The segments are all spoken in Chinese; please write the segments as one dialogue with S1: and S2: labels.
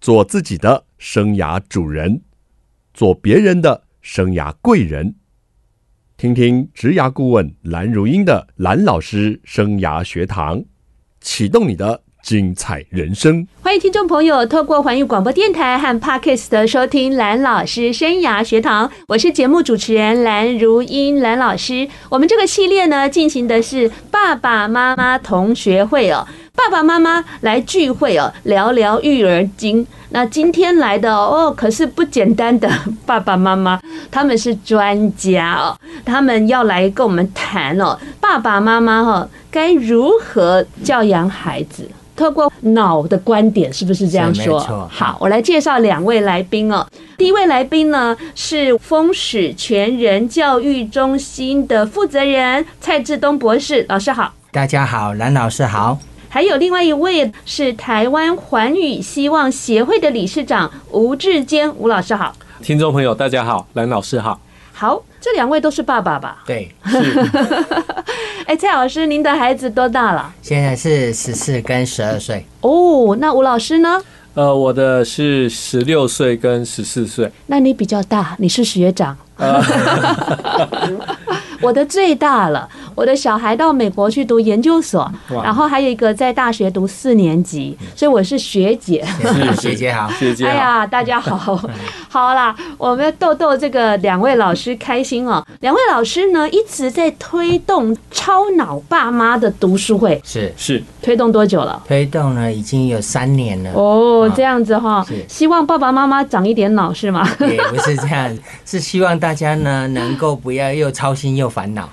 S1: 做自己的生涯主人，做别人的生涯贵人。听听职涯顾问蓝如英的蓝老师生涯学堂，启动你的精彩人生。
S2: 欢迎听众朋友透过环宇广播电台和 Podcast 的收听蓝老师生涯学堂，我是节目主持人蓝如英，蓝老师。我们这个系列呢，进行的是爸爸妈妈同学会哦，爸爸妈妈来聚会哦，聊聊育儿经。那今天来的哦，哦可是不简单的爸爸妈妈，他们是专家哦，他们要来跟我们谈哦，爸爸妈妈哈、哦、该如何教养孩子。透过脑的观点，是不是这样
S3: 是
S2: 说
S3: 没？错
S2: 好，我来介绍两位来宾哦。第一位来宾呢是风史全人教育中心的负责人蔡志东博士，老师好。
S3: 大家好，蓝老师好，
S2: 还有另外一位是台湾环宇希望协会的理事长吴志坚，吴老师好。
S4: 听众朋友，大家好，蓝老师好。
S2: 好，这两位都是爸爸吧？
S3: 对，
S2: 哎，蔡老师，您的孩子多大了？
S3: 现在是十四跟十二岁，
S2: 哦，那吴老师呢？
S4: 呃，我的是十六岁跟十四岁，
S2: 那你比较大，你是学长。 我的最大了，我的小孩到美国去读研究所，
S4: 哇
S2: 然后还有一个在大学读四年级，所以我是学姐。
S3: 学姐好，
S4: 学姐
S2: 哎
S4: 好。
S2: 呀，大家好， 好啦，我们要逗逗这个两位老师开心哦。两位老师呢一直在推动超脑爸妈的读书会，
S3: 是
S4: 是
S2: 推动多久了？
S3: 推动了已经有三年了，
S2: 哦
S3: 啊，
S2: 这样子哈、
S3: 是
S2: 希望爸爸妈妈长一点脑 是吗？
S3: 也不是这样，是希望大家呢能够不要又操心又烦恼。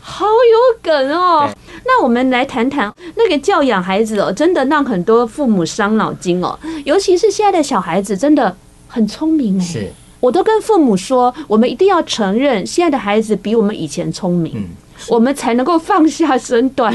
S2: 好有梗哦！那我们来谈谈那个教养孩子哦，真的让很多父母伤脑筋哦，尤其是现在的小孩子真的很聪明哎。
S3: 是，
S2: 我都跟父母说，我们一定要承认现在的孩子比我们以前聪明，
S3: 嗯，
S2: 我们才能够放下身段，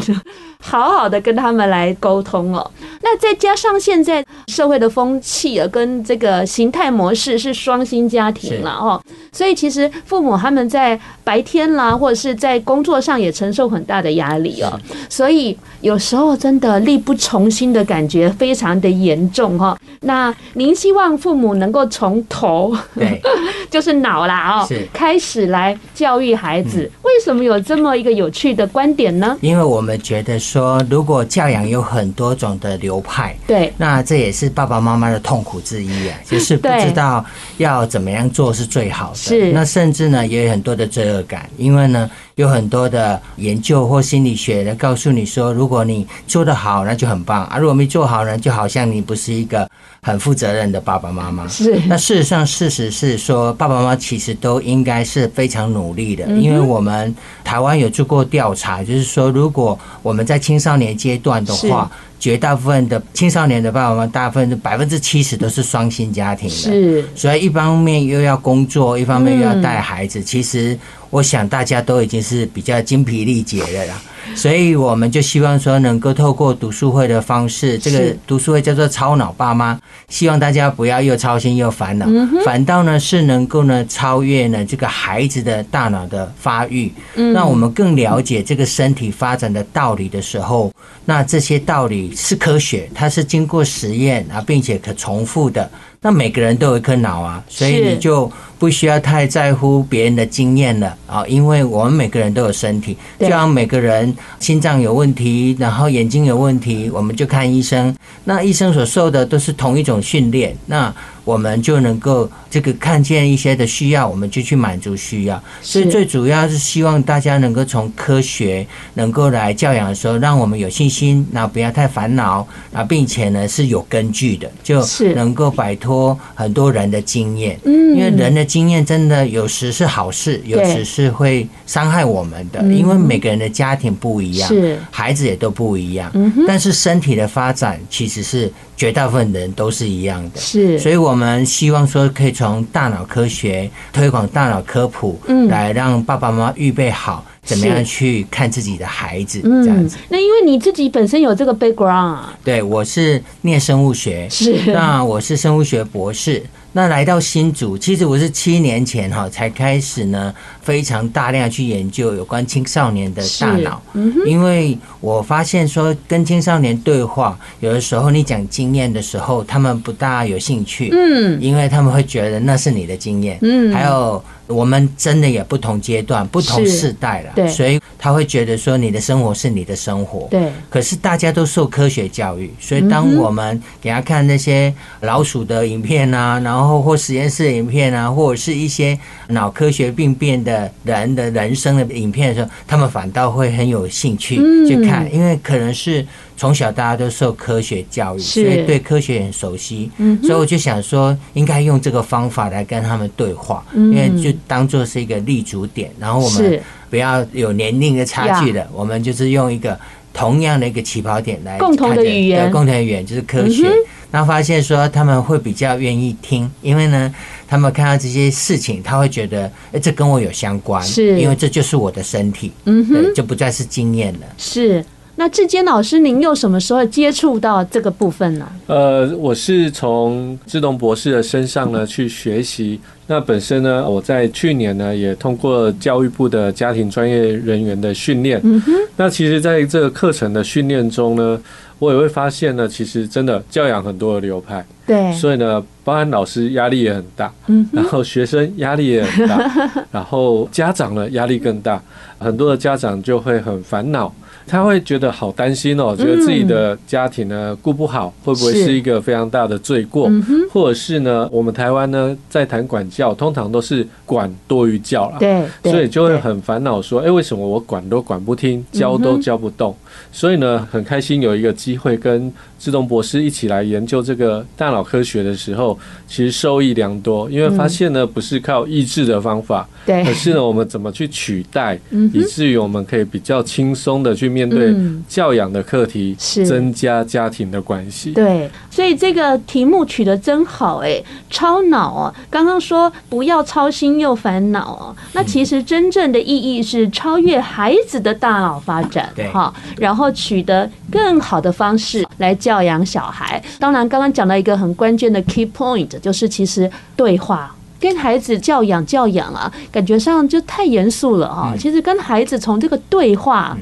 S2: 好好的跟他们来沟通哦。那再加上现在社会的风气啊，跟这个形态模式是双薪家庭了哦，所以其实父母他们在白天啦，或者是在工作上也承受很大的压力哦，所以有时候真的力不从心的感觉非常的严重哈、哦。那您希望父母能够从头
S3: 对，
S2: 就是脑啦哦
S3: 是，嗯
S2: 开始来教育孩子。为什么有这么一个有趣的观点呢？
S3: 因为我们觉得说，如果教养有很多种的流派，
S2: 对，
S3: 那这也是爸爸妈妈的痛苦之一啊，就是不
S2: 对
S3: 知道要怎么样做是最好的。
S2: 是
S3: 那甚至呢，也有很多的罪恶感，因为呢，有很多的研究或心理学的告诉你说，如果你做得好，那就很棒啊；如果没做好呢，就好像你不是一个很负责任的爸爸妈妈。
S2: 是
S3: 那事实上，事实是说，爸爸妈妈其实都应该是非常努力的，因为我们台湾有做过调查，就是说，如果我们在青少年阶段的话，绝大部分的青少年的爸爸妈妈，大部分百分之七十都是双薪家庭的。
S2: 是，
S3: 所以一方面又要工作，一方面又要带孩子，其实我想大家都已经是比较精疲力竭了啦。 所以我们就希望说，能够透过读书会的方式，这个
S2: 是
S3: 读书会叫做“超脑爸妈”，希望大家不要又操心又烦恼，反倒呢是能够呢超越呢这个孩子的大脑的发育，让我们更了解这个身体发展的道理的时候，那这些道理是科学，它是经过实验啊，并且可重复的。那每个人都有一颗脑啊，所以
S2: 是
S3: 你就不需要太在乎别人的经验了啊，因为我们每个人都有身体，
S2: 对
S3: 就像每个人心脏有问题，然后眼睛有问题，我们就看医生。那医生所受的都是同一种训练，那我们就能够这个看见一些的需要，我们就去满足需要。所以
S2: 是
S3: 最主要是希望大家能够从科学能够来教养的时候，让我们有信心，那不要太烦恼啊，并且呢是有根据的，就是能够摆脱很多人的经验。
S2: 嗯
S3: 因为人的经验真的有时是好事，有时是会伤害我们的，因为每个人的家庭不一
S2: 嗯
S3: 样，
S2: 是嗯
S3: 孩子也都不一样。但是身体的发展其实是绝大部分人都是一样的。
S2: 是，
S3: 所以我们希望说，可以从大脑科学推广大脑科普，
S2: 嗯
S3: 来让爸爸妈妈预备好。怎么样
S2: 是
S3: 去看自己的孩子这样
S2: 嗯
S3: 子。，
S2: 那因为你自己本身有这个 background，啊
S3: 对我是念生物学，
S2: 是
S3: 那我是生物学博士。那来到新竹，其实我是七年前哈才开始呢，非常大量地去研究有关青少年的大
S2: 是嗯
S3: 脑，因为我发现说跟青少年对话，有的时候你讲经验的时候，他们不大有兴趣，
S2: 嗯
S3: 因为他们会觉得那是你的经验，
S2: 嗯
S3: 还有我们真的也不同阶段、不同
S2: 是
S3: 世代了，
S2: 对
S3: 所以他会觉得说你的生活是你的生活，
S2: 对，嗯
S3: 可是大家都受科学教育，所以当我们给他看那些老鼠的影片啊，然后或实验室的影片啊，或者是一些脑科学病变的人的人生的影片的时候，他们反倒会很有兴趣
S2: 嗯
S3: 去看，因为可能是从小大家都受科学教育，
S2: 是
S3: 所以对科学很熟悉。
S2: 嗯哼
S3: 所以我就想说，应该用这个方法来跟他们对话，
S2: 嗯
S3: 因为就当做是一个立足点，然后我
S2: 是
S3: 们不要有年龄的差距了，我们就是用一个同样的一个起跑点来
S2: 共同的
S3: 看见
S2: 语言
S3: 对共同的语言就是科学
S2: 嗯哼。
S3: 那发现说他们会比较愿意听，因为呢，他们看到这些事情，他会觉得，哎，这跟我有相关，
S2: 是
S3: 因为这就是我的身体，
S2: 嗯哼，
S3: 对，就不再是经验了。
S2: 是。那志坚老师，您又什么时候接触到这个部分呢？
S4: 呃，我是从志东博士的身上呢去学习。那本身呢，我在去年呢也通过教育部的家庭专业人员的训练。
S2: 嗯哼，
S4: 那其实，在这个课程的训练中呢，我也会发现呢，其实真的教养很多的流派，
S2: 对，
S4: 所以呢，包含老师压力也很大，
S2: 嗯
S4: 然后学生压力也很大， 然后家长呢压力更大，很多的家长就会很烦恼，他会觉得好担心
S2: 嗯
S4: 哦，觉得自己的家庭呢顾不好，会不会
S2: 是
S4: 是一个非常大的罪过？
S2: 嗯哼，
S4: 或者是呢，我们台湾呢在谈管教，通常都是管多于教啦。
S2: 对，对
S4: 所以就会
S2: 对嗯
S4: 很烦恼，说，哎、为什么我管都管不听，教都教不动？所以呢，很开心有一个机会跟志东博士一起来研究这个大脑科学的时候，其实受益良多，因为发现呢，不是靠抑制的方法，
S2: 嗯对，
S4: 可是呢，我们怎么去取代，
S2: 嗯哼
S4: 以至于我们可以比较轻松的去面对
S2: 嗯
S4: 教养的课题，
S2: 是
S4: 增加家庭的关系。
S2: 对，所以这个题目取得真好哎、超脑哦、刚刚说不要操心又烦恼哦，那其实真正的意义是超越孩子的大脑发展
S3: 对
S2: 哈，然后取得更好的方式来教养小孩。当然，刚刚讲到一个很关键的 key point，就是其实对话。跟孩子教养教养啊，感觉上就太严肃了啊、其实跟孩子从这个对话，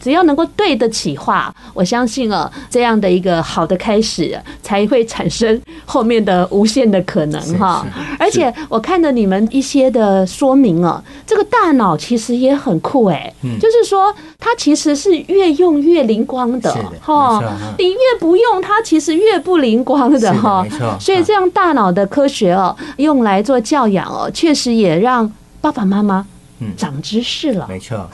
S2: 只要能够对得起话，我相信哦，这样的一个好的开始，才会产生后面的无限的可能哈。而且我看了你们一些的说明哦，这个大脑其实也很酷哎、
S3: 嗯
S2: 就是说它其实是越用越灵光的
S3: 是的
S2: 哈
S3: 没错嗯，
S2: 你越不用它，其实越不灵光的哈
S3: 是的没。错嗯
S2: 所以这样大脑的科学哦，用来做教养哦，确实也让爸爸妈妈
S3: 嗯
S2: 长知识了。
S3: 没错，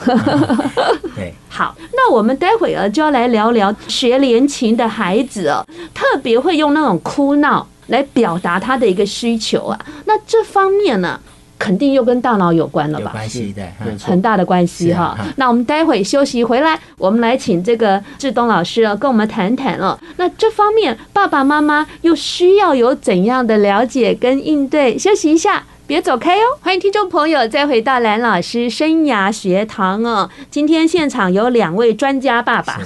S3: 对。
S2: 好，那我们待会儿就要来聊聊学联琴的孩子哦，特别会用那种哭闹来表达他的一个需求啊。那这方面呢，肯定又跟大脑有关了
S3: 有
S2: 吧？
S3: 关系的，
S4: 没
S3: 嗯
S4: 错
S2: 很大的关系哈
S3: 是啊。
S2: 那我们待会休息回来，我们来请这个志东老师哦，跟我们谈谈哦。那这方面，爸爸妈妈又需要有怎样的了解跟应对？休息一下。别走开哦！欢迎听众朋友再回到蓝老师生涯学堂哦。今天现场有两位专家爸爸，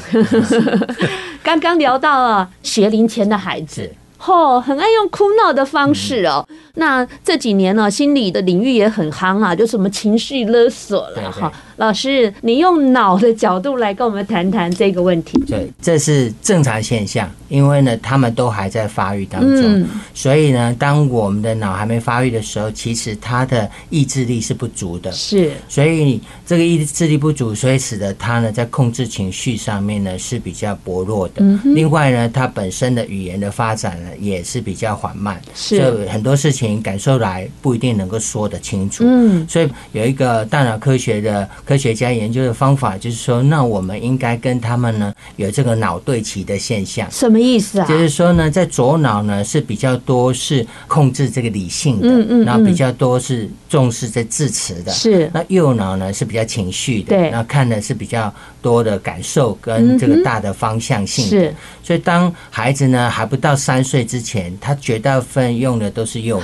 S2: 刚刚聊到了学龄前的孩子
S3: 是，
S2: 吼、很爱用哭闹的方式哦。
S3: 嗯
S2: 那这几年呢、心理的领域也很夯啊，就什么情绪勒索
S3: 对
S2: 了
S3: 对
S2: 哈。老师，你用脑的角度来跟我们谈谈这个问题。
S3: 对，这是正常现象，因为呢，他们都还在发育当中，
S2: 嗯
S3: 所以呢，当我们的脑还没发育的时候，其实他的意志力是不足的，
S2: 是，
S3: 所以这个意志力不足，所以使得他呢在控制情绪上面呢是比较薄弱的。
S2: 嗯
S3: 另外呢，他本身的语言的发展呢也是比较缓慢，
S2: 是
S3: 所以很多事情感受来不一定能够说得清楚。
S2: 嗯，
S3: 所以有一个大脑科学的科学家研究的方法，就是说，那我们应该跟他们呢有这个脑对齐的现象。
S2: 什么意思啊？
S3: 就是说呢，在左脑呢是比较多是控制这个理性的，
S2: 嗯嗯嗯
S3: 然后比较多是重视在致辞的，
S2: 是
S3: 那右脑呢是比较情绪的，
S2: 对
S3: 那看的是比较多的感受跟这
S2: 嗯哼
S3: 个大的方向性的。
S2: 是
S3: 所以当孩子呢还不到三岁之前，他绝大部分用的都是右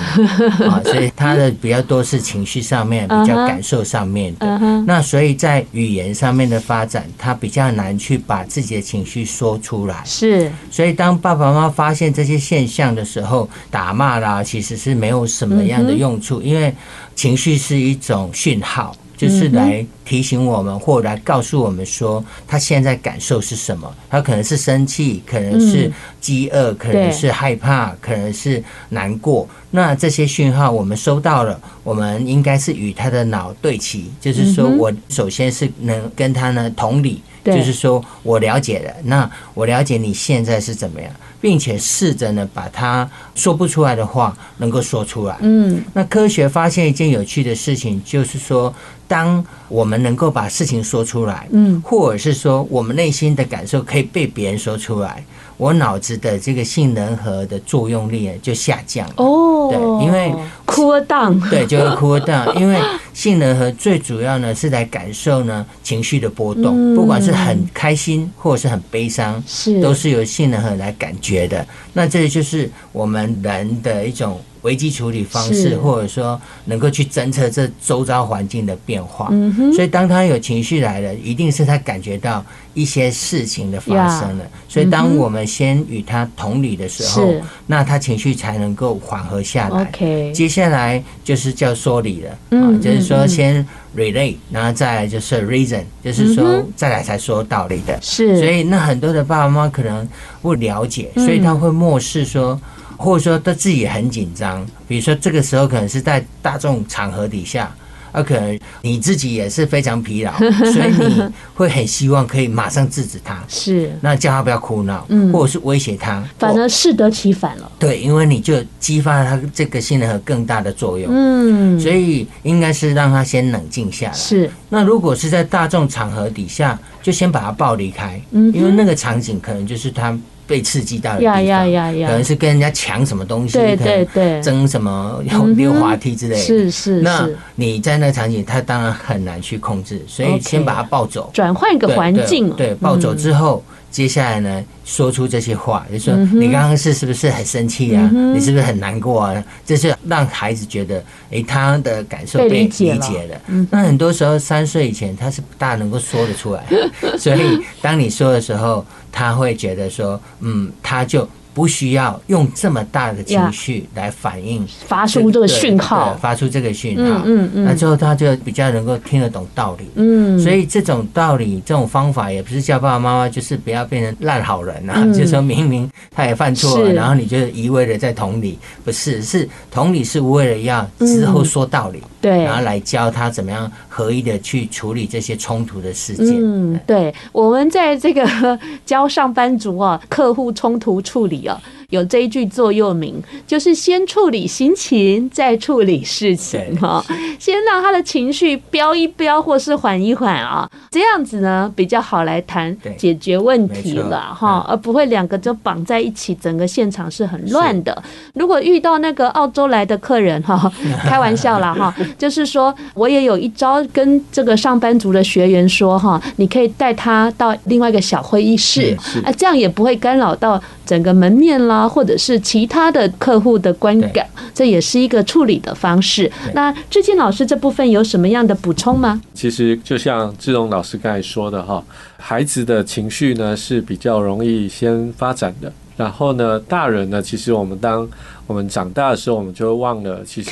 S3: 脑啊，所以他的比较多是情绪上面、比较
S2: 嗯哼
S3: 感受上面的。
S2: 嗯哼
S3: 那所以在语言上面的发展，他比较难去把自己的情绪说出来。
S2: 是，
S3: 所以当爸爸妈妈发现这些现象的时候，打骂啦其实是没有什么样的用处，因为情绪是一种讯号，就是来提醒我们或来告诉我们说他现在感受是什么。他可能是生气，可能是饥饿，可能是害怕，可能是难过。那这些讯号我们收到了，我们应该是与他的脑对齐，就是说我首先是能跟他呢同理。
S2: 对
S3: 就是说我了解了，那我了解你现在是怎么样，并且试着呢把他说不出来的话能够说出来。
S2: 嗯，
S3: 那科学发现一件有趣的事情，就是说，当我们能够把事情说出来，
S2: 嗯，
S3: 或者是说我们内心的感受可以被别人说出来，我脑子的这个杏仁核的作用力呢就下降了。
S2: 哦，
S3: 对因为
S2: cool down，
S3: 对，就会哭到，因为杏仁核最主要呢是来感受呢情绪的波
S2: 嗯
S3: 动，不管是很开心或者是很悲伤，
S2: 是
S3: 都是由杏仁核来感觉的。那这就是我们人的一种危机处理方
S2: 是
S3: 式，或者说能够去侦测这周遭环境的变化。
S2: 嗯
S3: 所以当他有情绪来了，一定是他感觉到一些事情的发
S2: 呀
S3: 生了。所以当我们先与他同理的时候
S2: 是，
S3: 那他情绪才能够缓和下来。
S2: OK，
S3: 接下来就是叫说理了，
S2: 嗯
S3: 啊，就是
S2: 嗯
S3: 说
S2: 嗯
S3: 先 relate，然后再来就是 reason，就是
S2: 嗯
S3: 说再来才说道理的。
S2: 是，嗯
S3: 所以那很多的爸爸妈妈可能不了解，所以他会漠视说，或者说他自己也很紧张。比如说这个时候可能是在大众场合底下。啊，可能你自己也是非常疲劳， 所以你会很希望可以马上制止他，
S2: 是，
S3: 那叫他不要哭闹，
S2: 嗯
S3: 或者是威胁他，
S2: 反
S3: 或
S2: 而适得其反了。
S3: 对，因为你就激发了他这个杏仁核更大的作用。
S2: 嗯，
S3: 所以应该是让他先冷静下来。
S2: 是
S3: 那如果是在大众场合底下，就先把他抱离开，
S2: 嗯哼
S3: 因为那个场景可能就是他被刺激到的地
S2: 呀
S3: 方，
S2: 呀呀呀
S3: 可能是跟人家抢什么东西，
S2: 对
S3: 可能
S2: 对对嗯
S3: 争什么
S2: 哼
S3: 溜滑梯之类的。
S2: 是是
S3: 那
S2: 是，
S3: 你在那个场景，他当然很难去控制，所以
S2: OK
S3: 先把他抱走。
S2: 转换一个
S3: 对
S2: 环
S3: 对
S2: 境哦，
S3: 对，抱走
S2: 嗯
S3: 之后，接下来呢，说出这些话，就说
S2: 嗯哼嗯
S3: 你刚刚是是不是很生气啊？你是不是很难过啊？这是让孩子觉得，诶，他的感受
S2: 被
S3: 被
S2: 理
S3: 理
S2: 解了嗯
S3: 解了。那很多时候三岁以前他是不大能够说得 出来，所以当你说的时候，他会觉得说，嗯，他就不需要用这么大的情绪来反应。
S2: 发出这个讯
S3: 对
S2: 号，
S3: 发出这个讯
S2: 嗯
S3: 号，
S2: 嗯嗯
S3: 那之后他就比较能够听得懂道理，
S2: 嗯，
S3: 所以这种道理、这种方法，也不是叫爸爸妈妈就是不要变成烂好人啊，
S2: 嗯
S3: 就是说明明他也犯错了，
S2: 是
S3: 然后你就一味的在同理，不是，是同理是为了要之后说道理，
S2: 嗯对
S3: 然。后来教他怎么样合一的去处理这些冲突的事件。
S2: 嗯，对，我们在这个 教上班族啊，客户冲突处理啊，有这一句座右铭，就是先处理心情，再处理事情
S3: 对
S2: 哈、先让他的情绪飙一飙，或是缓一缓啊，这样子呢比较好来谈
S3: 对
S2: 解决问题
S3: 没错
S2: 了哈、
S3: 嗯
S2: 而不会两个就绑在一起，整个现场是很乱的。如果遇到那个澳洲来的客人 哈，开玩笑啦哈，就是说我也有一招跟这个上班族的学员说哈，你可以带他到另外一个小会议室
S4: 是，是
S2: 啊，这样也不会干扰到整个门面啦，或者是其他的客户的观感，这也是一个处理的方式。那志健老师这部分有什么样的补充吗？
S4: 其实就像志荣老师刚才说的哈，孩子的情绪呢是比较容易先发展的。然后呢，大人呢，其实我们当我们长大的时候，我们就会忘 了，其实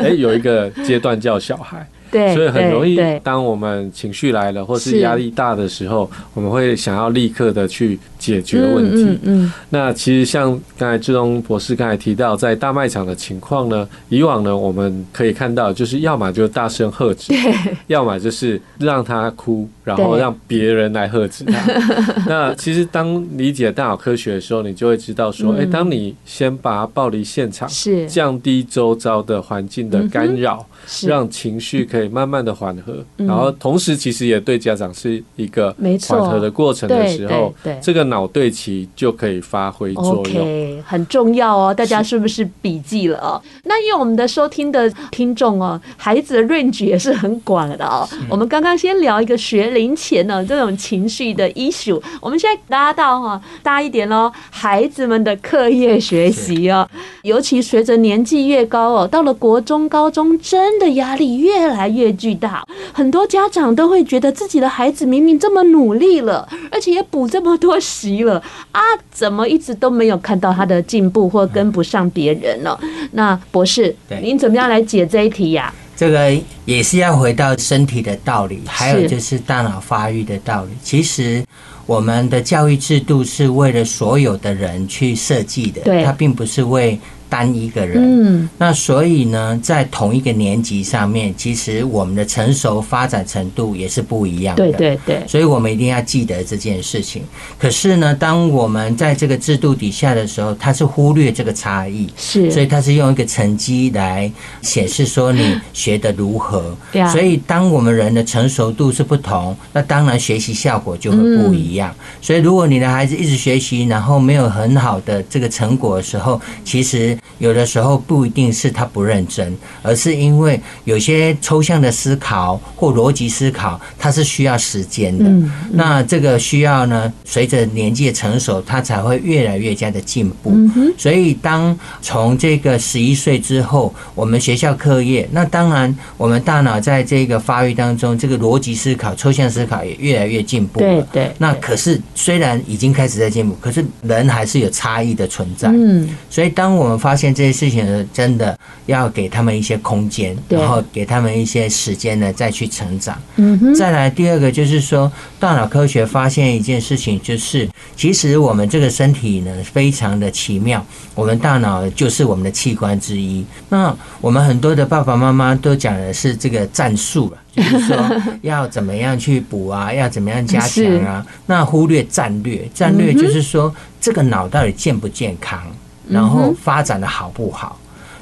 S4: 哎有一个阶段叫小孩，
S2: 对，
S4: 所以很容易
S2: 对，对
S4: 当我们情绪来了或
S2: 是
S4: 是压力大的时候，我们会想要立刻的去解决问题。
S2: 嗯嗯
S4: 那其实像刚才志东博士刚才提到，在大卖场的情况呢，以往呢我们可以看到，就是要么就大声喝止，
S2: 嗯
S4: 要么就是让他哭，然后
S2: 对
S4: 让别人来喝止 他。那其实当理解大脑科学的时候，你就会知道说，
S2: 嗯
S4: 哎、当你先把它抱离现场
S2: 嗯，， 是嗯
S4: 降低周遭的环境的干扰，
S2: 是
S4: 让情绪可以慢慢的缓和，
S2: 嗯
S4: 然后同时其实也对家长是一个
S2: 没错
S4: 缓和的过程的时候，
S2: 对对对
S4: 这个脑对齐就可以发挥作用。
S2: OK，很重要哦，大家是不是笔记了哦？
S4: 嗯
S2: 那因为我们的收听的听众哦，孩子的 range 也是很广的哦。我们刚刚先聊一个学龄前呢、这种情绪的 issue，我们现在拉到哈、大一点喽，孩子们的课业学习哦，尤其随着年纪越高哦，到了国中、高中，真的压力越来越巨大。很多家长都会觉得自己的孩子明明这么努力了，而且也补这么多习了啊，怎么一直都没有看到他的进步或跟不上别人呢？ 那博士
S3: 对，
S2: 您怎么样来解这一题呀、
S3: 这个也是要回到身体的道理，还有就是大脑发育的道理。其实我们的教育制度是为了所有的人去设计的，
S2: 对
S3: 它并不是为单一个人。
S2: 嗯，
S3: 那所以呢，在同一个年级上面，其实我们的成熟发展程度也是不一样的。
S2: 对对对，
S3: 所以我们一定要记得这件事情。可是呢，当我们在这个制度底下的时候，它是忽略这个差异。所
S2: 是。
S3: 以它是用一个成绩来显示说你学的如何
S2: Yeah.
S3: 所以当我们人的成熟度是不同，那当然学习效果就会不一样。
S2: 嗯
S3: 所以如果你的孩子一直学习，然后没有很好的这个成果的时候，其实有的时候不一定是他不认真，而是因为有些抽象的思考或逻辑思考，它是需要时间的。
S2: 嗯
S3: 那这个需要呢，随着年纪的成熟，他才会越来越加的进步。
S2: 嗯
S3: 所以当从这个十一岁之后，我们学校课业，那当然我们大脑在这个发育当中，这个逻辑思考、抽象思考也越来越进步了。
S2: 对对，
S3: 那可是虽然已经开始在进步，可是人还是有差异的存在。
S2: 嗯，
S3: 所以，当我们发现这些事情的时候，真的要给他们一些空间，
S2: 对
S3: 然后给他们一些时间呢，再去成长。
S2: 嗯哼，
S3: 再来第二个就是说，大脑科学发现一件事情，就是其实我们这个身体呢非常的奇妙，我们大脑就是我们的器官之一。那我们很多的爸爸妈妈都讲的是这个战 术了。就是说要怎么样去补啊，要怎么样加强啊，那忽略战略，
S2: 嗯
S3: 战略就是说这个脑到底健不健康，然
S2: 嗯
S3: 后发展的好不好。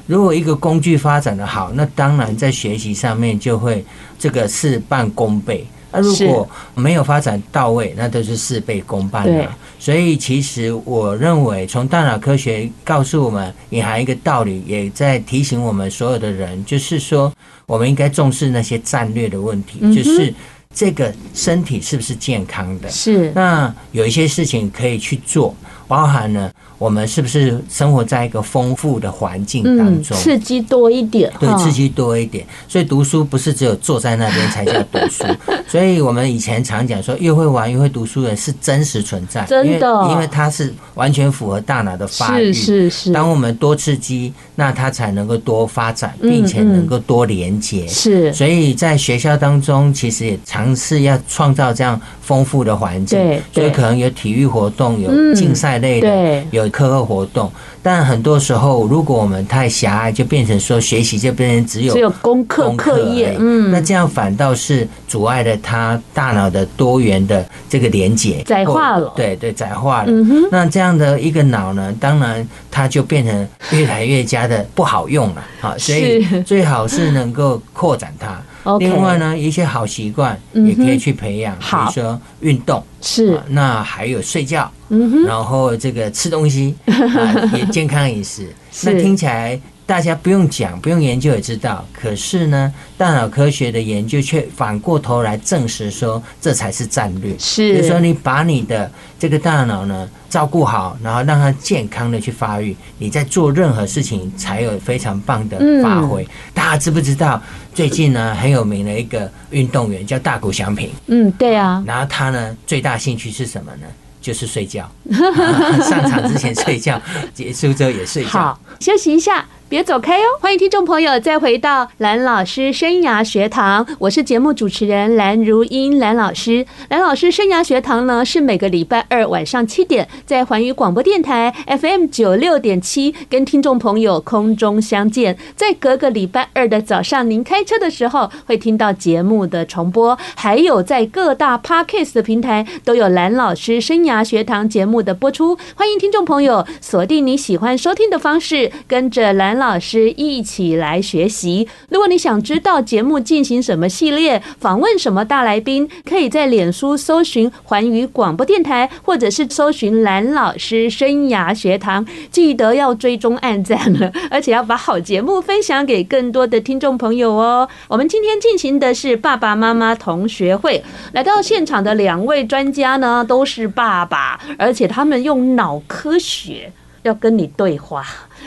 S3: 如果一个工具发展的好，那当然在学习上面就会这个事半功倍。那、如果没有发展到位，那都是事倍功半
S2: 对
S3: 了、所以其实我认为，从大脑科学告诉我们隐含一个道理，也在提醒我们所有的人，就是说我们应该重视那些战略的问题，
S2: 嗯哼
S3: 就是这个身体是不是健康的，
S2: 是
S3: 那有一些事情可以去做，包含了我们是不是生活在一个丰富的环境当
S2: 嗯，
S3: 中，
S2: 刺激多一点，
S3: 对
S2: 哈
S3: 刺激多一点。所以读书不是只有坐在那边才叫读 书，所以我们以前常讲说，越会玩越会读书的人是真实存在，
S2: 真的
S3: 因为因为它是完全符合大脑的发育。
S2: 是是是，
S3: 当我们多刺激，那它才能够多发展，
S2: 嗯
S3: 并且能够多连接。
S2: 是
S3: 所以在学校当中，其实也尝试要创造这样丰富的环境，
S2: 对
S3: 所以
S2: 对
S3: 可能有体育活动，有
S2: 嗯
S3: 竞赛类的，
S2: 对
S3: 有课后活动。但很多时候，如果我们太狭隘，就变成说学习就变成只有
S2: 只有功课
S3: 功
S2: 课
S3: 而
S2: 业
S3: 已，
S2: 嗯，
S3: 那这样反倒是阻碍了他大脑的多元的这个连接，
S2: 窄化了
S3: 或对对，窄化了。
S2: 嗯哼
S3: 那这样的一个脑呢，当然它就变成越来越加的不好用了，好，所以
S2: 是
S3: 最好是能够扩展它。
S2: OK
S3: 另外呢，一些好习惯
S2: 嗯哼
S3: 也可以去培养，比
S2: 好
S3: 如说运动，
S2: 是
S3: 啊那还有睡觉，
S2: 嗯哼，
S3: 然后这个吃东西啊，也健康 饮食。
S2: 是
S3: 那听起来大家不用讲，不用研究也知道。可是呢，大脑科学的研究却反过头来证实说，这才是战略。
S2: 是
S3: 就是说你把你的这个大脑呢照顾好，然后让它健康的去发育，你在做任何事情才有非常棒的
S2: 嗯
S3: 发挥。大家知不知道最近呢很有名的一个运动员叫大谷翔平？
S2: 嗯，对啊，
S3: 然后他呢，最大兴趣是什么呢？就是 睡觉，上场之前睡觉，结束之后也睡觉
S2: 好。，休息一下，别走开哦。欢迎听众朋友再回到蓝老师生涯学堂，我是节目主持人蓝如英，蓝老师。蓝老师生涯学堂呢是每个礼拜二晚上七点在环宇广播电台 FM 九六点七跟听众朋友空中相见，在隔个礼拜二的早上您开车的时候会听到节目的重播，还有在各大 Podcast 的平台都有蓝老师生涯学堂节目的播出，欢迎听众朋友锁定你喜欢收听的方式，跟着蓝老师一起来学习。如果你想知道节目进行什么系列，访问什么大来宾，可以在脸书搜寻环宇广播电台，或者是搜寻蓝老师生涯学堂。记得要追踪按赞了， 而且要把好节目分享给更多的听众朋友哦。我们今天进行的是爸爸妈妈同学会，来到现场的两位专家呢都是爸爸，而且他们用脑科学要跟你对话。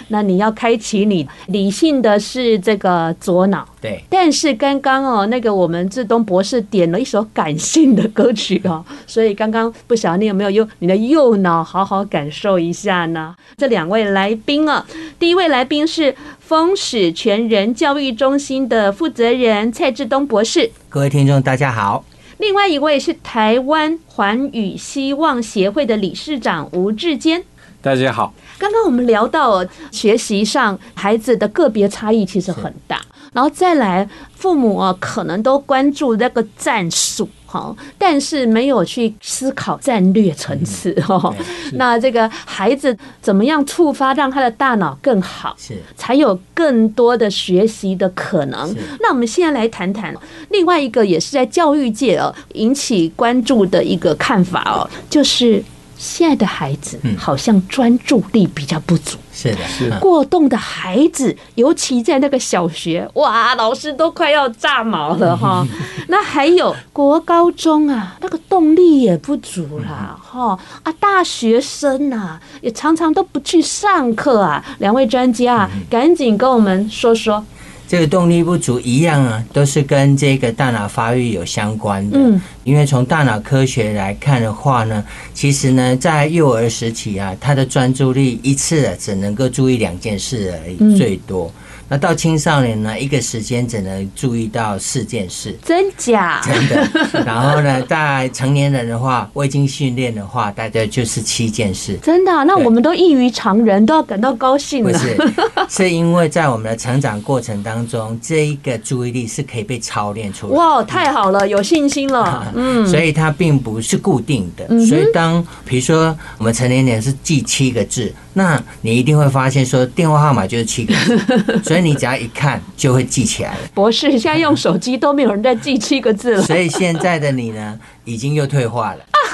S2: 那你要开启你理性的是这个左脑，
S3: 对，
S2: 但是刚刚哦，那个我们志东博士点了一首感性的歌曲哦， 所以刚刚不晓得你有没有用你的右脑好好感受一下呢？这两位来宾啊，第一位来宾是风史全人教育中心的负责人蔡志东博士，
S3: 各位听众大家好，
S2: 另外一位是台湾环宇希望协会的理事长吴志坚。
S4: 大家好，
S2: 刚刚我们聊到哦学习上孩子的个别差异其实很大，然后再来父母啊可能都关注那个战术。哈，但是没有去思考战略层次哦。那这个孩子怎么样触发让他的大脑更好，
S3: 是
S2: 才有更多的学习的可能
S3: 是。
S2: 那我们现在来谈谈另外一个也是在教育界哦引起关注的一个看法哦，就是现在的孩子
S3: 嗯
S2: 好像专注力比较不足。
S3: 是的，
S4: 是
S3: 嗯
S2: 过动的孩子，尤其在那个小学，哇，老师都快要炸毛了哈。那还有国高中啊，那个动力也不足啦，哈啊，大学生啊，也常常都不去上课啊。两位专家啊，赶紧跟我们说说。
S3: 这个动力不足一样啊，都是跟这个大脑发育有相关的。
S2: 嗯，
S3: 因为从大脑科学来看的话呢，其实呢，在幼儿时期啊，他的专注力一次啊只能够注意两件事而
S2: 嗯
S3: 已，最多。那到青少年呢，一个时间只能注意到四件事。
S2: 真假？
S3: 真的，然后呢，在成年人的话，未经训练的话，大概就是七件事。
S2: 真的啊、那
S3: 对
S2: 我们都异于常人，都要感到高兴啊
S3: 不
S2: 了。
S3: 是，是因为在我们的成长过程当中，这一个注意力是可以被操练出来的。啊
S2: 哇，太好了，有信心 了。嗯，
S3: 所以它并不是固定的。
S2: 嗯哼
S3: 所以当比如说我们成年人是记七个字，那你一定会发现说电话号码就是七个 字，所以你只要一看就会记起来了。
S2: 博士现在用手机都没有人在记七个字了。
S3: 所以现在的你呢，已经又退化了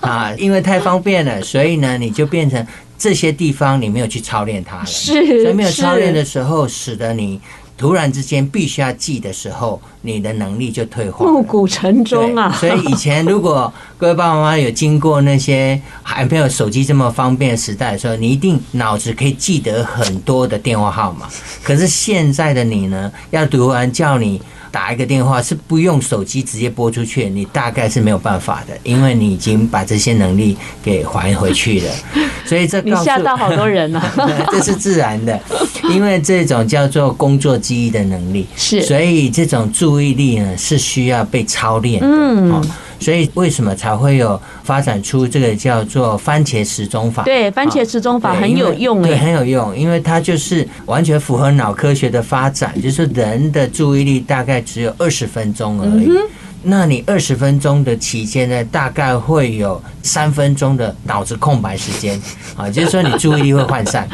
S3: 啊，因为太方便了，所以呢，你就变成这些地方你没有去操练它了。
S2: 是，
S3: 所以没有操练
S2: 是
S3: 的时候，使得你突然之间必须要记的时候，你的能力就退化了。
S2: 暮鼓晨钟啊，
S3: 对所以以前如果各位爸爸妈妈有经过那些还没有手机这么方便的时代的时候，你一定脑子可以记得很多的电话号 码。可是现在的你呢，要读完叫你打一个电话是不用手机直接拨出去，你大概是没有办法的，因为你已经把这些能力给还回 去了。所以这
S2: 你
S3: 告诉
S2: 吓到好多人了、啊。
S3: 对这是自然的，因为这种叫做工作记忆的能力，
S2: 是
S3: 所以这种注意力呢是需要被操练 的。
S2: 嗯
S3: 哦，所以为什么才会有发展出这个叫做番茄时钟法？
S2: 对，番茄时钟法很有用
S3: 对，
S2: 哎、
S3: 很有用，因为它就是完全符合脑科学的发展，就是人的注意力大概只有二十分钟而
S2: 嗯
S3: 已。那你二十分钟的期间呢，大概会有三分钟的脑子空白时间 啊，就是说你注意力会 涣散。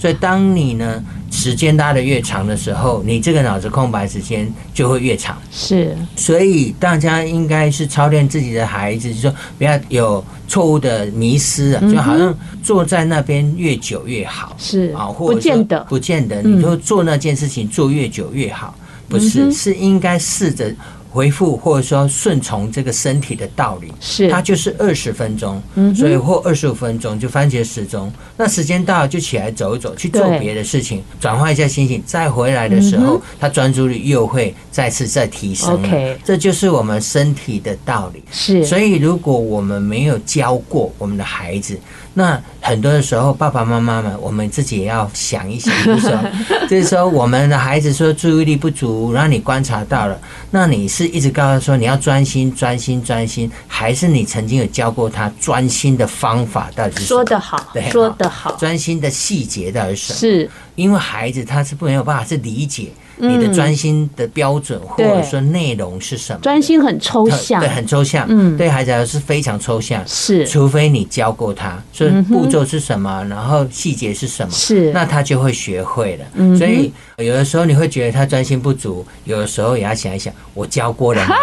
S3: 所以当你呢时间拉得越长的时候，你这个脑子空白时间就会越长。
S2: 是
S3: 所以大家应该是操练自己的孩子，就说不要有错误的迷失
S2: 嗯
S3: 啊，就好像坐在那边越久越好
S2: 是
S3: 啊，，或
S2: 不
S3: 者
S2: 见得
S3: 说不见得，
S2: 嗯
S3: 你就做那件事情做越久越好，不是，是应该试着回复或者说顺从这个身体的道理。
S2: 是
S3: 它就是二十分钟
S2: 嗯，哼
S3: 所以或二十五分钟就番茄时钟。那时间到了就起来走一走，去做
S2: 对嗯
S3: 别的事情，转换一下心情，再回来的时候，他专注力又会再次再提升了。
S2: OK
S3: 这就是我们身体的道理。
S2: 是，
S3: 所以，如果我们没有教过我们的孩子，那很多的时候，爸爸妈妈们，我们自己也要想一想，就是说， 就是说，我们的孩子说注意力不足，然后你观察到了，那你是一直告诉他说你要专心、专心、专心，还是你曾经有教过他专心的方法到底是什
S2: 说
S3: 么？
S2: 得好
S3: 对，，
S2: 说得好，
S3: 专心的细节到底是什么？
S2: 是
S3: 因为孩子他是没有办法去理解你
S2: 嗯
S3: 的专心的标准、或
S2: 对
S3: 者说内容是什么的。
S2: 专心很抽
S3: 特
S2: 象
S3: 对，，很抽象，
S2: 嗯
S3: 对孩子来说是非常抽象，
S2: 是嗯
S3: 除非你教过他，所以步骤是什么，然后细节是什么，
S2: 是
S3: 那他就会学会了。
S2: 嗯哼
S3: 所以呃有的时候你会觉得他专心不足，有的时候也要想一想，我教过了吗？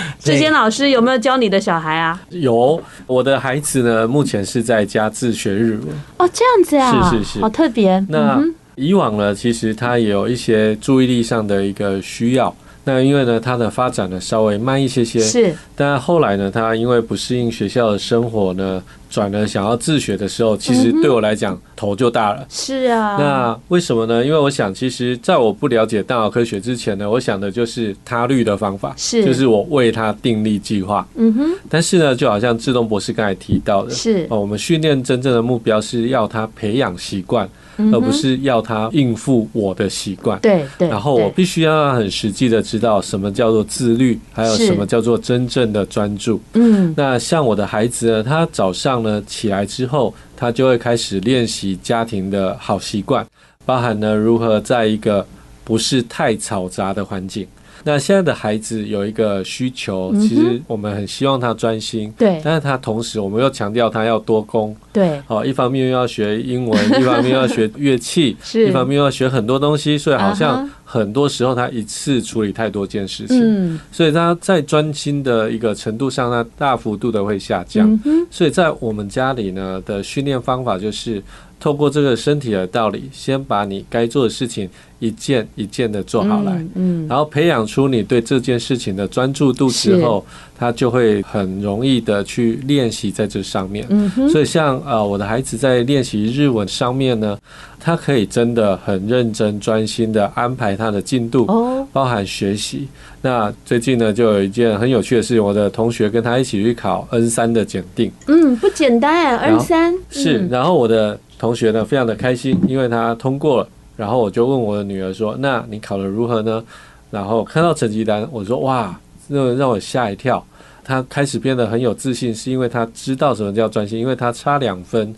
S2: 志坚老师有没有教你的小孩啊？
S4: 有我的孩子呢，目前是在家自学日文。
S2: 哦，这样子啊，
S4: 是是是
S2: 好特别。嗯
S4: 那以往呢，其实他也有一些注意力上的一个需要。那因为呢，他的发展呢稍微慢一些些，
S2: 是
S4: 但后来呢，他因为不适应学校的生活呢，转而想要自学的时候，其实对我来讲、头就大了。
S2: 是嗯啊，
S4: 那为什么呢？因为我想，其实在我不了解大脑科学之前呢，我想的就是他律的方法，
S2: 是
S4: 就是我为他订立计划。
S2: 嗯哼，
S4: 但是呢，就好像志东博士刚才提到的，
S2: 是
S4: 哦，我们训练真正的目标是要他培养习惯，而不是要他应付我的习惯。
S2: 嗯对对。
S4: 然后我
S2: 对
S4: 必须要让他很实际的知道什么叫做自律，还有
S2: 是
S4: 什么叫做真正的专注。
S2: 嗯
S4: 那像我的孩子呢，他早上呢起来之后，他就会开始练习家庭的好习惯，包含呢如何在一个不是太嘈杂的环境。那现在的孩子有一个需
S2: 嗯
S4: 求，其实我们很希望他专心，
S2: 对
S4: 但是他同时我们又强调他要多功，
S2: 对
S4: 好，一方面又要学英文， 一方面又要学乐器，
S2: 是
S4: 一方面又要学很多东西，所以好
S2: 啊
S4: 像
S2: 哈
S4: 很多时候他一次处理太多件事情。
S2: 嗯
S4: 所以他在专心的一个程度上，它大幅度的会下降。
S2: 嗯哼
S4: 所以在我们家里呢的训练方法就是透过这个身体的道理，先把你该做的事情一件一件的做好来。
S2: 嗯嗯
S4: 然后培养出你对这件事情的专注度之后，他就会很容易的去练习在这上面。
S2: 嗯哼
S4: 所以像呃我的孩子在练习日文上面呢，他可以真的很认真专心的安排他的进度，
S2: 哦
S4: 包含学习。那最近呢，就有一件很有趣的事情，我的同学跟他一起去考 N 三的检定，
S2: 嗯不简单
S4: 然
S2: ，N
S4: 后
S2: 三
S4: 是，然后我的同学呢非常的开心，因为他通过了。然后我就问我的女儿说：“那你考的如何呢？”然后看到成绩单，我说：“哇，那让我吓一跳。”他开始变得很有自信，是因为他知道什么叫专心，因为他差两分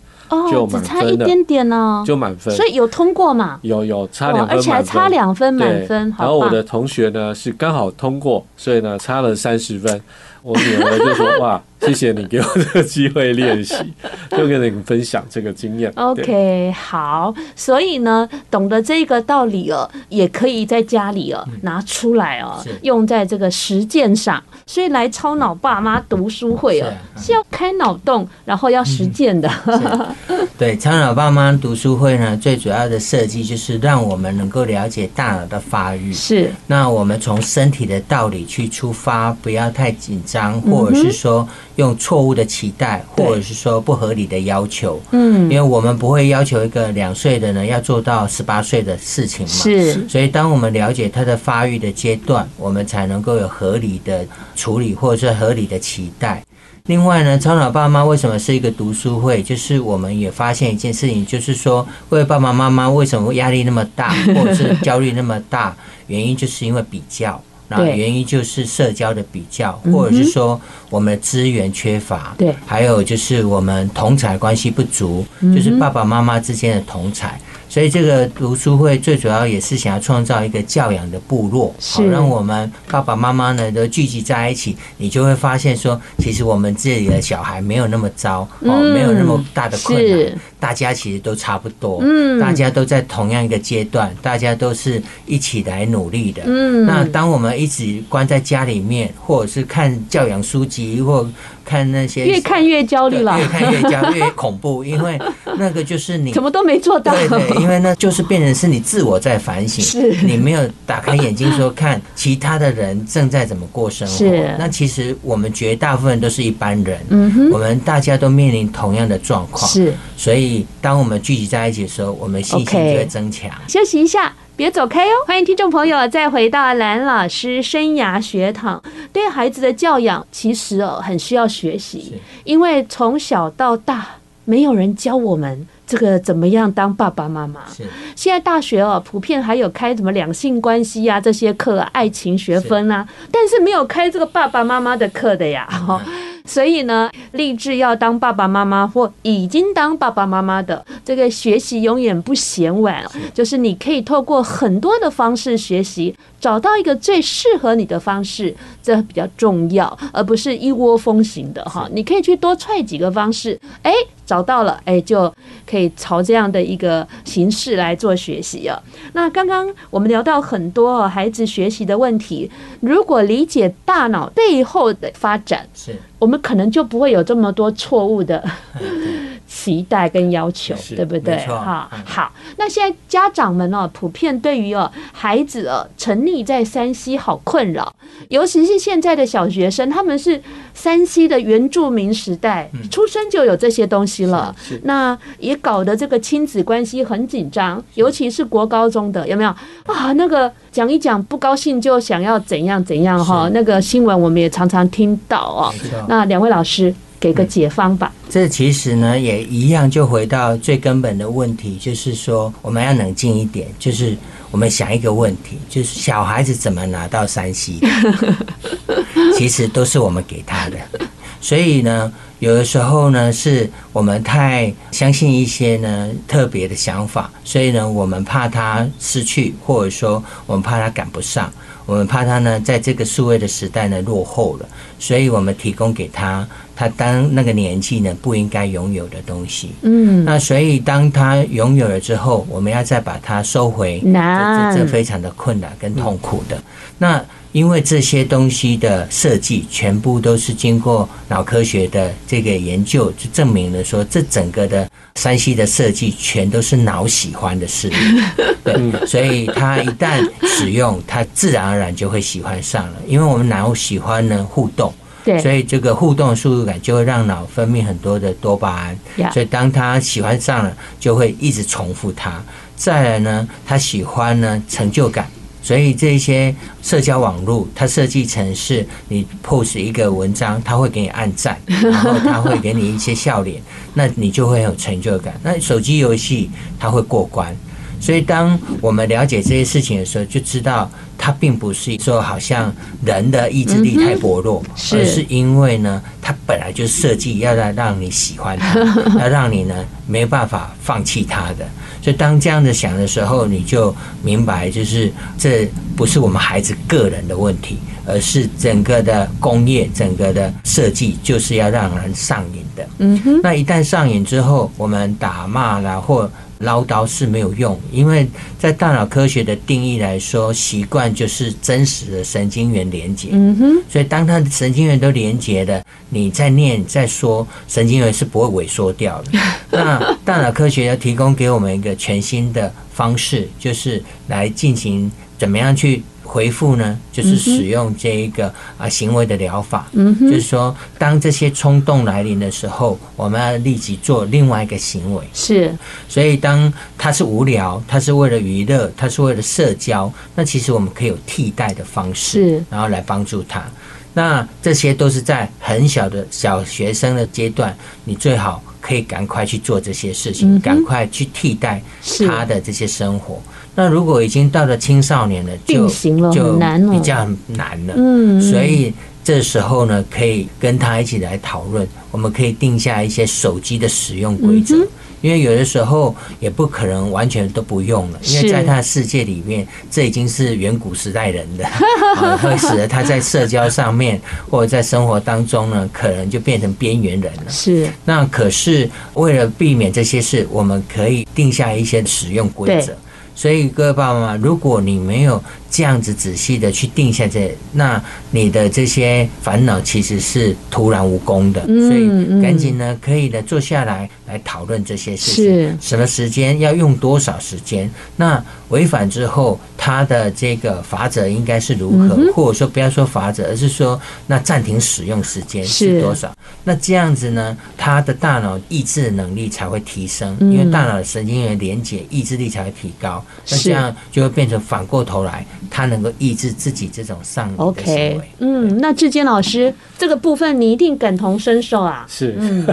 S4: 就
S2: 哦只
S4: 满
S2: 差
S4: 分
S2: 一
S4: 了
S2: 点点哦，
S4: 就满分，
S2: 所以有通过嘛？
S4: 有有差
S2: 哇
S4: 两分
S2: 而且还
S4: 满
S2: 差
S4: 分。
S2: 两分满
S4: 对，
S2: 分，好
S4: 然后我
S2: 棒！
S4: 的同学呢是刚好通过，所以呢差了三十分。我女儿就说：“哇， 谢谢你给我这个机会练习，就跟你们分享这个经验。对”
S2: OK，好，所以呢，懂得这个道理哦，也可以在家里哦、
S4: 嗯
S2: 拿出来哦
S3: 是，
S2: 用在这个实践上。所以来超脑爸妈读书会哦，
S4: 啊
S3: 是
S2: 是要开脑洞，然后要实践的。
S4: 嗯
S3: 对，苍老爸妈读书会呢，最主要的设计就是让我们能够了解大脑的发 育。
S2: 是，
S3: 那我们从身体的道理去出发，不要太紧张，或者是说用错误的期待，
S2: 嗯对
S3: 或者是说不合理的要求。
S2: 嗯，
S3: 因为我们不会要求一个两岁的人要做到十八岁的事情嘛，
S2: 是
S3: 所以，当我们了解他的发育的阶段，我们才能够有合理的处理，或者是合理的期待。另外呢，超脑爸妈为什么是一个读书会？就是我们也发现一件事情，就是说，为爸爸妈妈为什么压力那么大，或者是焦虑那么大， 原因就是因为比较，然后
S2: 对
S3: 原因就是社交的比较，
S2: 嗯哼
S3: 或者是说我们的资源缺乏，
S2: 对
S3: 还有就是我们同才关系不足，
S2: 嗯
S3: 就是爸爸妈妈之间的同才。所以这个读书会最主要也是想要创造一个教养的部落，
S2: 是
S3: 好让我们爸爸妈妈呢都聚集在一起，你就会发现说，其实我们自己的小孩没有那么糟哦，
S2: 嗯
S3: 没有那么大的困
S2: 是
S3: 难，大家其实都差不多，
S2: 嗯
S3: 大家都在同样一个阶段，大家都是一起来努力的，
S2: 嗯
S3: 那当我们一直关在家里面，或者是看教养书籍，或看那些
S2: 越看越焦虑了
S3: 对，越看越焦虑，越 恐怖，因为那个就是你
S2: 怎么都没做到。
S3: 对对，因为那就是变成是你自我在反省，
S2: 是
S3: 你没有打开眼睛说看其他的人正在怎么过生活
S2: 是。
S3: 那其实我们绝大部分都是一般人，
S2: 嗯哼
S3: 我们大家都面临同样的状况，
S2: 是，
S3: 所以当我们聚集在一起的时候，我们信心
S2: OK
S3: 就会增强。
S2: 休息一下，别走开哦！欢迎听众朋友再回到蓝老师生涯学堂。对孩子的教养，其实哦很需要学习，因为从小到大，没有人教我们这个怎么样当爸爸妈妈。
S3: 是。
S2: 现在大学哦，普遍还有开什么两性关系呀、啊这些课、啊、爱情学分啊，但是没有开这个爸爸妈妈的课的呀。哦所以呢，立志要当爸爸妈妈或已经当爸爸妈妈的，这个学习永远不嫌晚，啊就是你可以透过很多的方式学习，找到一个最适合你的方式，这比较重要，而不是一窝蜂型的哈。你可以去多踹几个方式，哎，找到了，哎，就可以朝这样的一个形式来做学习啊。那刚刚我们聊到很多哦孩子学习的问题，如果理解大脑背后的发展，
S3: 是
S2: 我们可能就不会有这么多错误的期待跟要求，
S4: 是
S2: 对不对？
S3: 嗯没错
S2: 哈
S3: 嗯，
S2: 好。那现在家长们哦，普遍对于哦孩子哦沉溺在山西好困扰，尤其是现在的小学生，他们是山西的原住民时代，
S3: 嗯
S2: 出生就有这些东西了
S4: 是是，
S2: 那也搞得这个亲子关系很紧张，尤其是国高中的有没有啊？那个讲一讲不高兴就想要怎样怎样哈、那个新闻我们也常常听到哦。
S3: 没错。
S2: 那两位老师给个解方吧。
S3: 这其实呢，也一样，就回到最根本的问题，就是说我们要冷静一点，就是我们想一个问题，就是小孩子怎么拿到山西的，其实都是我们给他的。所以呢，有的时候呢，是我们太相信一些呢特别的想法，所以呢，我们怕他失去，或者说我们怕他赶不上，我们怕他呢在这个数位的时代呢落后了，所以我们提供给他他当那个年纪呢不应该拥有的东西。
S2: 嗯，
S3: 那所以当他拥有了之后，我们要再把它收回，
S2: 难
S3: 这这这非常的困难跟痛苦的。那因为这些东西的设计全部都是经过脑科学的这个研究，就证明了说这整个的山西的设计全都是脑喜欢的事物。对，所以他一旦使用，他自然而然就会喜欢上了，因为我们脑喜欢呢互动。所
S2: 对，
S3: 以这个互动速度感就会让脑分泌很多的多巴胺
S2: Yeah
S3: 所以当他喜欢上了，就会一直重复它。再来呢，他喜欢呢成就感，所以这些社交网络它设计成是你 post 一个文章，它会给你按赞，然后它会给你一些笑脸，那你就会有成就感。那手机游戏它会过关，所以，当我们了解这些事情的时候，就知道它并不是说好像人的意志力太薄弱，
S2: 是
S3: 而是因为呢，它本来就设计要来让你喜欢它，要让你呢没办法放弃它的。所以，当这样的想的时候，你就明白，就是这不是我们孩子个人的问题，而是整个的工业、整个的设计就是要让人上瘾的。
S2: 嗯哼，
S3: 那一旦上瘾之后，我们打骂啦或唠叨是没有用，因为在大脑科学的定义来说，习惯就是真实的神经元连接。
S2: 嗯哼，
S3: 所以当它的神经元都连接了，你在念在说，神经元是不会萎缩掉 的。那大脑科学要提供给我们一个全新的方式，就是来进行怎么样去回复呢？就是使用这一个啊行为的疗法。
S2: 嗯
S3: 就是
S2: 哼，
S3: 说，当这些冲动来临的时候，我们要立即做另外一个行为。
S2: 是，
S3: 所以，当它是无聊，它是为了娱乐，它是为了社交，那其实我们可以有替代的方式
S2: 是，
S3: 然后来帮助他。那这些都是在很小的小学生的阶段，你最好可以赶快去做这些事
S2: 嗯
S3: 情，
S2: 哼
S3: 赶快去替代
S2: 是
S3: 他的这些生活。那如果已经到了青少年了，就
S2: 并行了
S3: 就
S2: 很难哦
S3: 比较难了。
S2: 嗯，
S3: 所以这时候呢，可以跟他一起来讨论，我们可以定下一些手机的使用
S2: 嗯
S3: 规则。因为有的时候也不可能完全都不用了，因为
S2: 是
S3: 在他的世界里面，这已经是远古时代人的， 啊会使得他在社交上面或者在生活当中呢，可能就变成边缘人了。
S2: 是，
S3: 那可是为了避免这些事，我们可以定下一些使用规则
S2: 对。
S3: 所以各位爸爸妈妈，如果你没有这样子仔细的去定下这，那你的这些烦恼其实是徒然无功的。
S2: 嗯
S3: 所以赶紧呢，可以的坐下来来讨论这些事
S2: 是
S3: 情，什么时间要用多少时间，那违反之后他的这个罚则应该是如
S2: 嗯
S3: 何，或者说不要说罚则，而是说那暂停使用时间
S2: 是
S3: 是多少。那这样子呢，他的大脑抑制能力才会提升，
S2: 嗯
S3: 因为大脑的神经元连接意志力才会提高。那
S2: 是
S3: 这样就会变成反过头来，他能够抑制自己这种上瘾的行
S2: OK，
S3: 为。
S2: 嗯，那志坚老师这个部分你一定感同身受啊，
S4: 是，
S2: 嗯，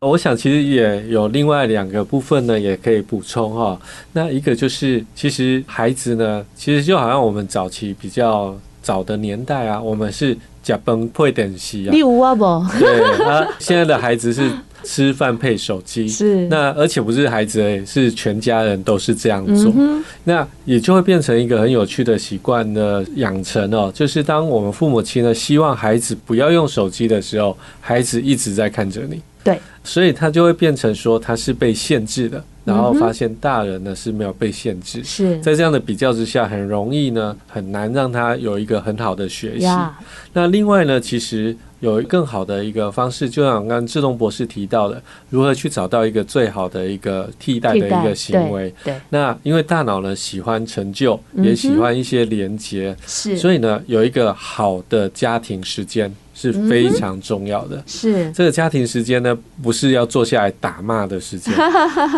S4: 哦我想其实也有另外两个部分呢，也可以补充哈、那一个就是，其实孩子呢，其实就好像我们早期比较早的年代啊，我们是。假崩配点戏啊
S2: 你。有啊不？
S4: 对啊，现在的孩子是吃饭配手机，
S2: 是
S4: 那而且不是孩子而已，是全家人都是这样做
S2: 嗯，哼，
S4: 那也就会变成一个很有趣的习惯的养成哦。就是当我们父母亲呢希望孩子不要用手机的时候，孩子一直在看着你，
S2: 对，
S4: 所以他就会变成说他是被限制的，然后发现大人呢是没有被限制。
S2: 是
S4: 在这样的比较之下，很容易呢，很难让他有一个很好的学习。
S2: 呀，
S4: 那另外呢，其实有更好的一个方式，就像刚刚志东博士提到的，如何去找到一个最好的一个替代的一个行为。
S2: 对，
S4: 那因为大脑呢喜欢成就，也喜欢一些连接，
S2: 是，
S4: 所
S2: 以
S4: 以呢有一个好的家庭时间是非常重要的。
S2: 是
S4: 这个家庭时间呢，不是要坐下来打骂的 时间，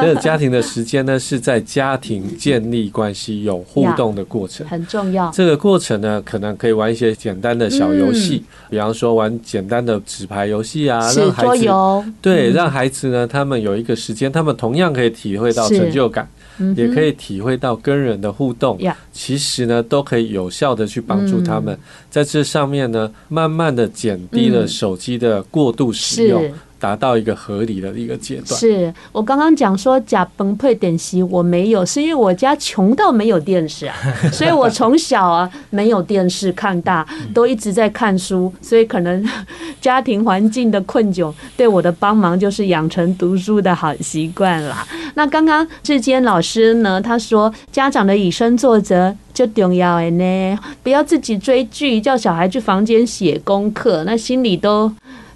S4: 这个家庭的时间呢，是在家庭建立关系、有互动的过程。
S2: 很重要，
S4: 这个过程呢，可能可以玩一些简单的小游戏，比方说玩简单的纸牌游戏啊，
S2: 嗯是
S4: 让孩
S2: 桌
S4: 子
S2: 游，嗯
S4: 对让孩子呢，他们有一个时间，他们同样可以体会到
S2: 是
S4: 成就感，
S2: 嗯
S4: 也
S2: 哼
S4: 可以体会到跟人的互动。
S2: 呀，
S4: 其实呢，都可以有效的去帮助他们、在这上面呢，慢慢的减低了
S2: 嗯
S4: 手机的过度使用，
S2: 是。
S4: 达到一个合理的一个阶段。
S2: 是我刚刚讲说假崩配点席我没有，是因为我家穷到没有电视 啊，所以我从小啊没有电视看大，
S4: 嗯
S2: 都一直在看书，所以可能家庭环境的困窘对我的帮忙就是养成读书的好习惯啦。那刚刚志坚老师呢，他说家长的以身作则。就重要的呢，不要自己追剧，叫小孩去房间写功课，那心里都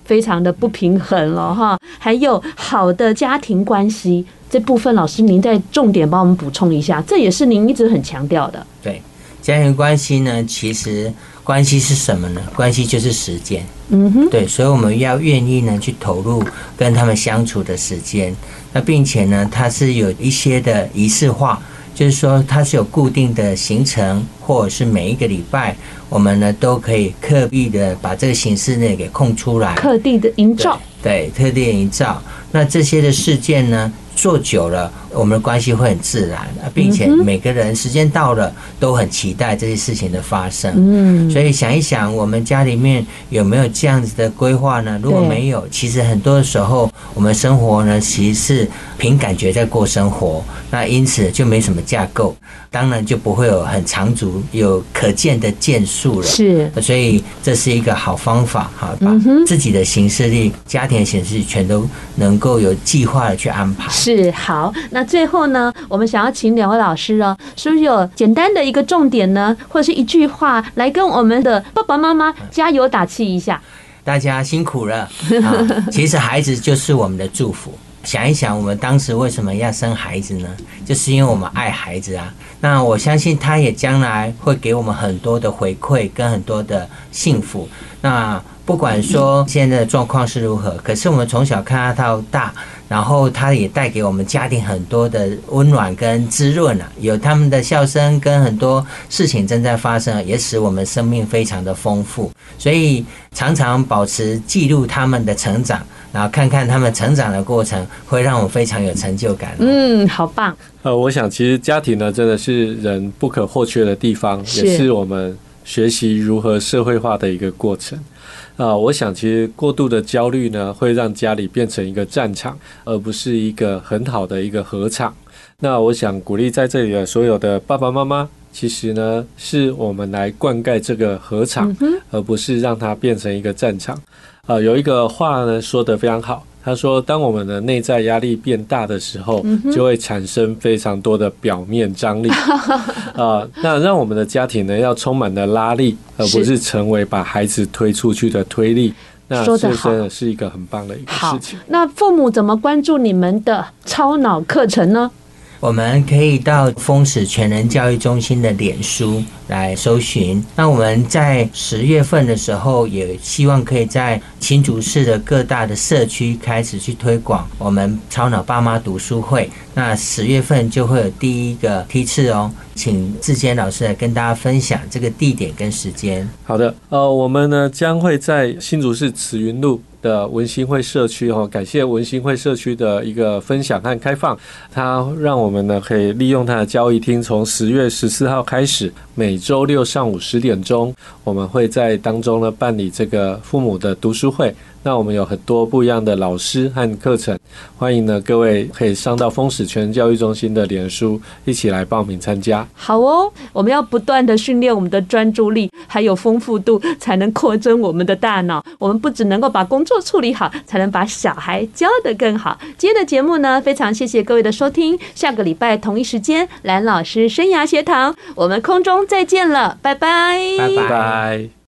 S2: 非常的不平衡了哈。还有好的家庭关系这部分，老师您再重点帮我们补充一下，这也是您一直很强调的。
S3: 对，家庭关系呢，其实关系是什么呢？关系就是时间。
S2: 嗯哼，
S3: 对，所以我们要愿意呢去投入跟他们相处的时间，那并且呢，它是有一些的仪式化，就是说它是有固定的行程，或者是每一个礼拜，我们呢都可以刻意的把这个形式呢给空出来，
S2: 特地的营造
S3: 对，对特定营造。那这些的事件呢，做久了，我们的关系会很自然，啊并且
S2: 嗯
S3: 每个人时间到了都很期待这些事情的发生。
S2: 嗯
S3: 所以想一想，我们家里面有没有这样子的规划呢？如果
S2: 对
S3: 没有，其实很多的时候，我们生活呢，其实是凭感觉在过生活，那因此就没什么架构，当然就不会有很长足、有可见的建树了。
S2: 是
S3: 所以这是一个好方法，哈，把
S2: 嗯哼
S3: 自己的行事历、家庭的行事历全都能够有计划的去安排。
S2: 是好。那最后呢，我们想要请两位老师哦，是不是有简单的一个重点呢，或者是一句话来跟我们的爸爸妈妈加油打气一下？
S3: 大家辛苦了。 啊、其实孩子就是我们的祝福。想一想，我们当时为什么要生孩子呢？就是因为我们爱孩子啊。那我相信他也将来会给我们很多的回馈跟很多的幸福。那不管说现在的状况是如何，可是我们从小看他到大，然后他也带给我们家庭很多的温暖跟滋润啊，有他们的笑声跟很多事情正在发生，啊也使我们生命非常的丰富。所以常常保持记录他们的成长，然后看看他们成长的过程，会让我非常有成就感。哦
S2: 嗯，好棒，
S4: 呃，我想其实家庭呢，真的是人不可或缺的地方，
S2: 是
S4: 也是我们学习如何社会化的一个过程。啊、我想其实过度的焦虑呢，会让家里变成一个战场，而不是一个很好的一个合场。那我想鼓励在这里的所有的爸爸妈妈，其实呢，是我们来灌溉这个合场，
S2: 嗯
S4: 而不是让它变成一个战场。啊、有一个话呢说得非常好，他说，当我们的内在压力变大的时候，
S2: 嗯
S4: 就会产生非常多的表面 张力。啊，那让我们的家庭呢要充满了拉力，而不是成为把孩子推出去的推力。那
S2: 说得
S4: 这
S2: 好
S4: 真的是一个很棒的一个
S2: 好
S4: 事情。。
S2: 那父母怎么关注你们的超脑课程呢？
S3: 我们可以到丰史全人教育中心的脸书来搜寻。那我们在十月份的时候，也希望可以在新竹市的各大的社区开始去推广我们超脑爸妈读书会。那十月份就会有第一个梯次哦，请志坚老师来跟大家分享这个地点跟时间。
S4: 好的，呃，我们呢将会在新竹市慈云路的文心会社区哦，感谢文心会社区的一个分享和开放，它让我们呢可以利用它的交易厅，从十月十四号开始，每周六上午十点钟，我们会在当中呢办理这个父母的读书会。那我们有很多不一样的老师和课程，欢迎呢各位可以上到风史全人教育中心的脸书，一起来报名参加。
S2: 好哦，我们要不断的训练我们的专注力，还有丰富度，才能扩增我们的大脑。我们不只能够把工作处理好，才能把小孩教得更好。今天的节目呢，非常谢谢各位的收听。下个礼拜同一时间，蓝老师生涯学堂，我们空中再见了，拜拜，
S3: 拜拜
S4: 拜拜。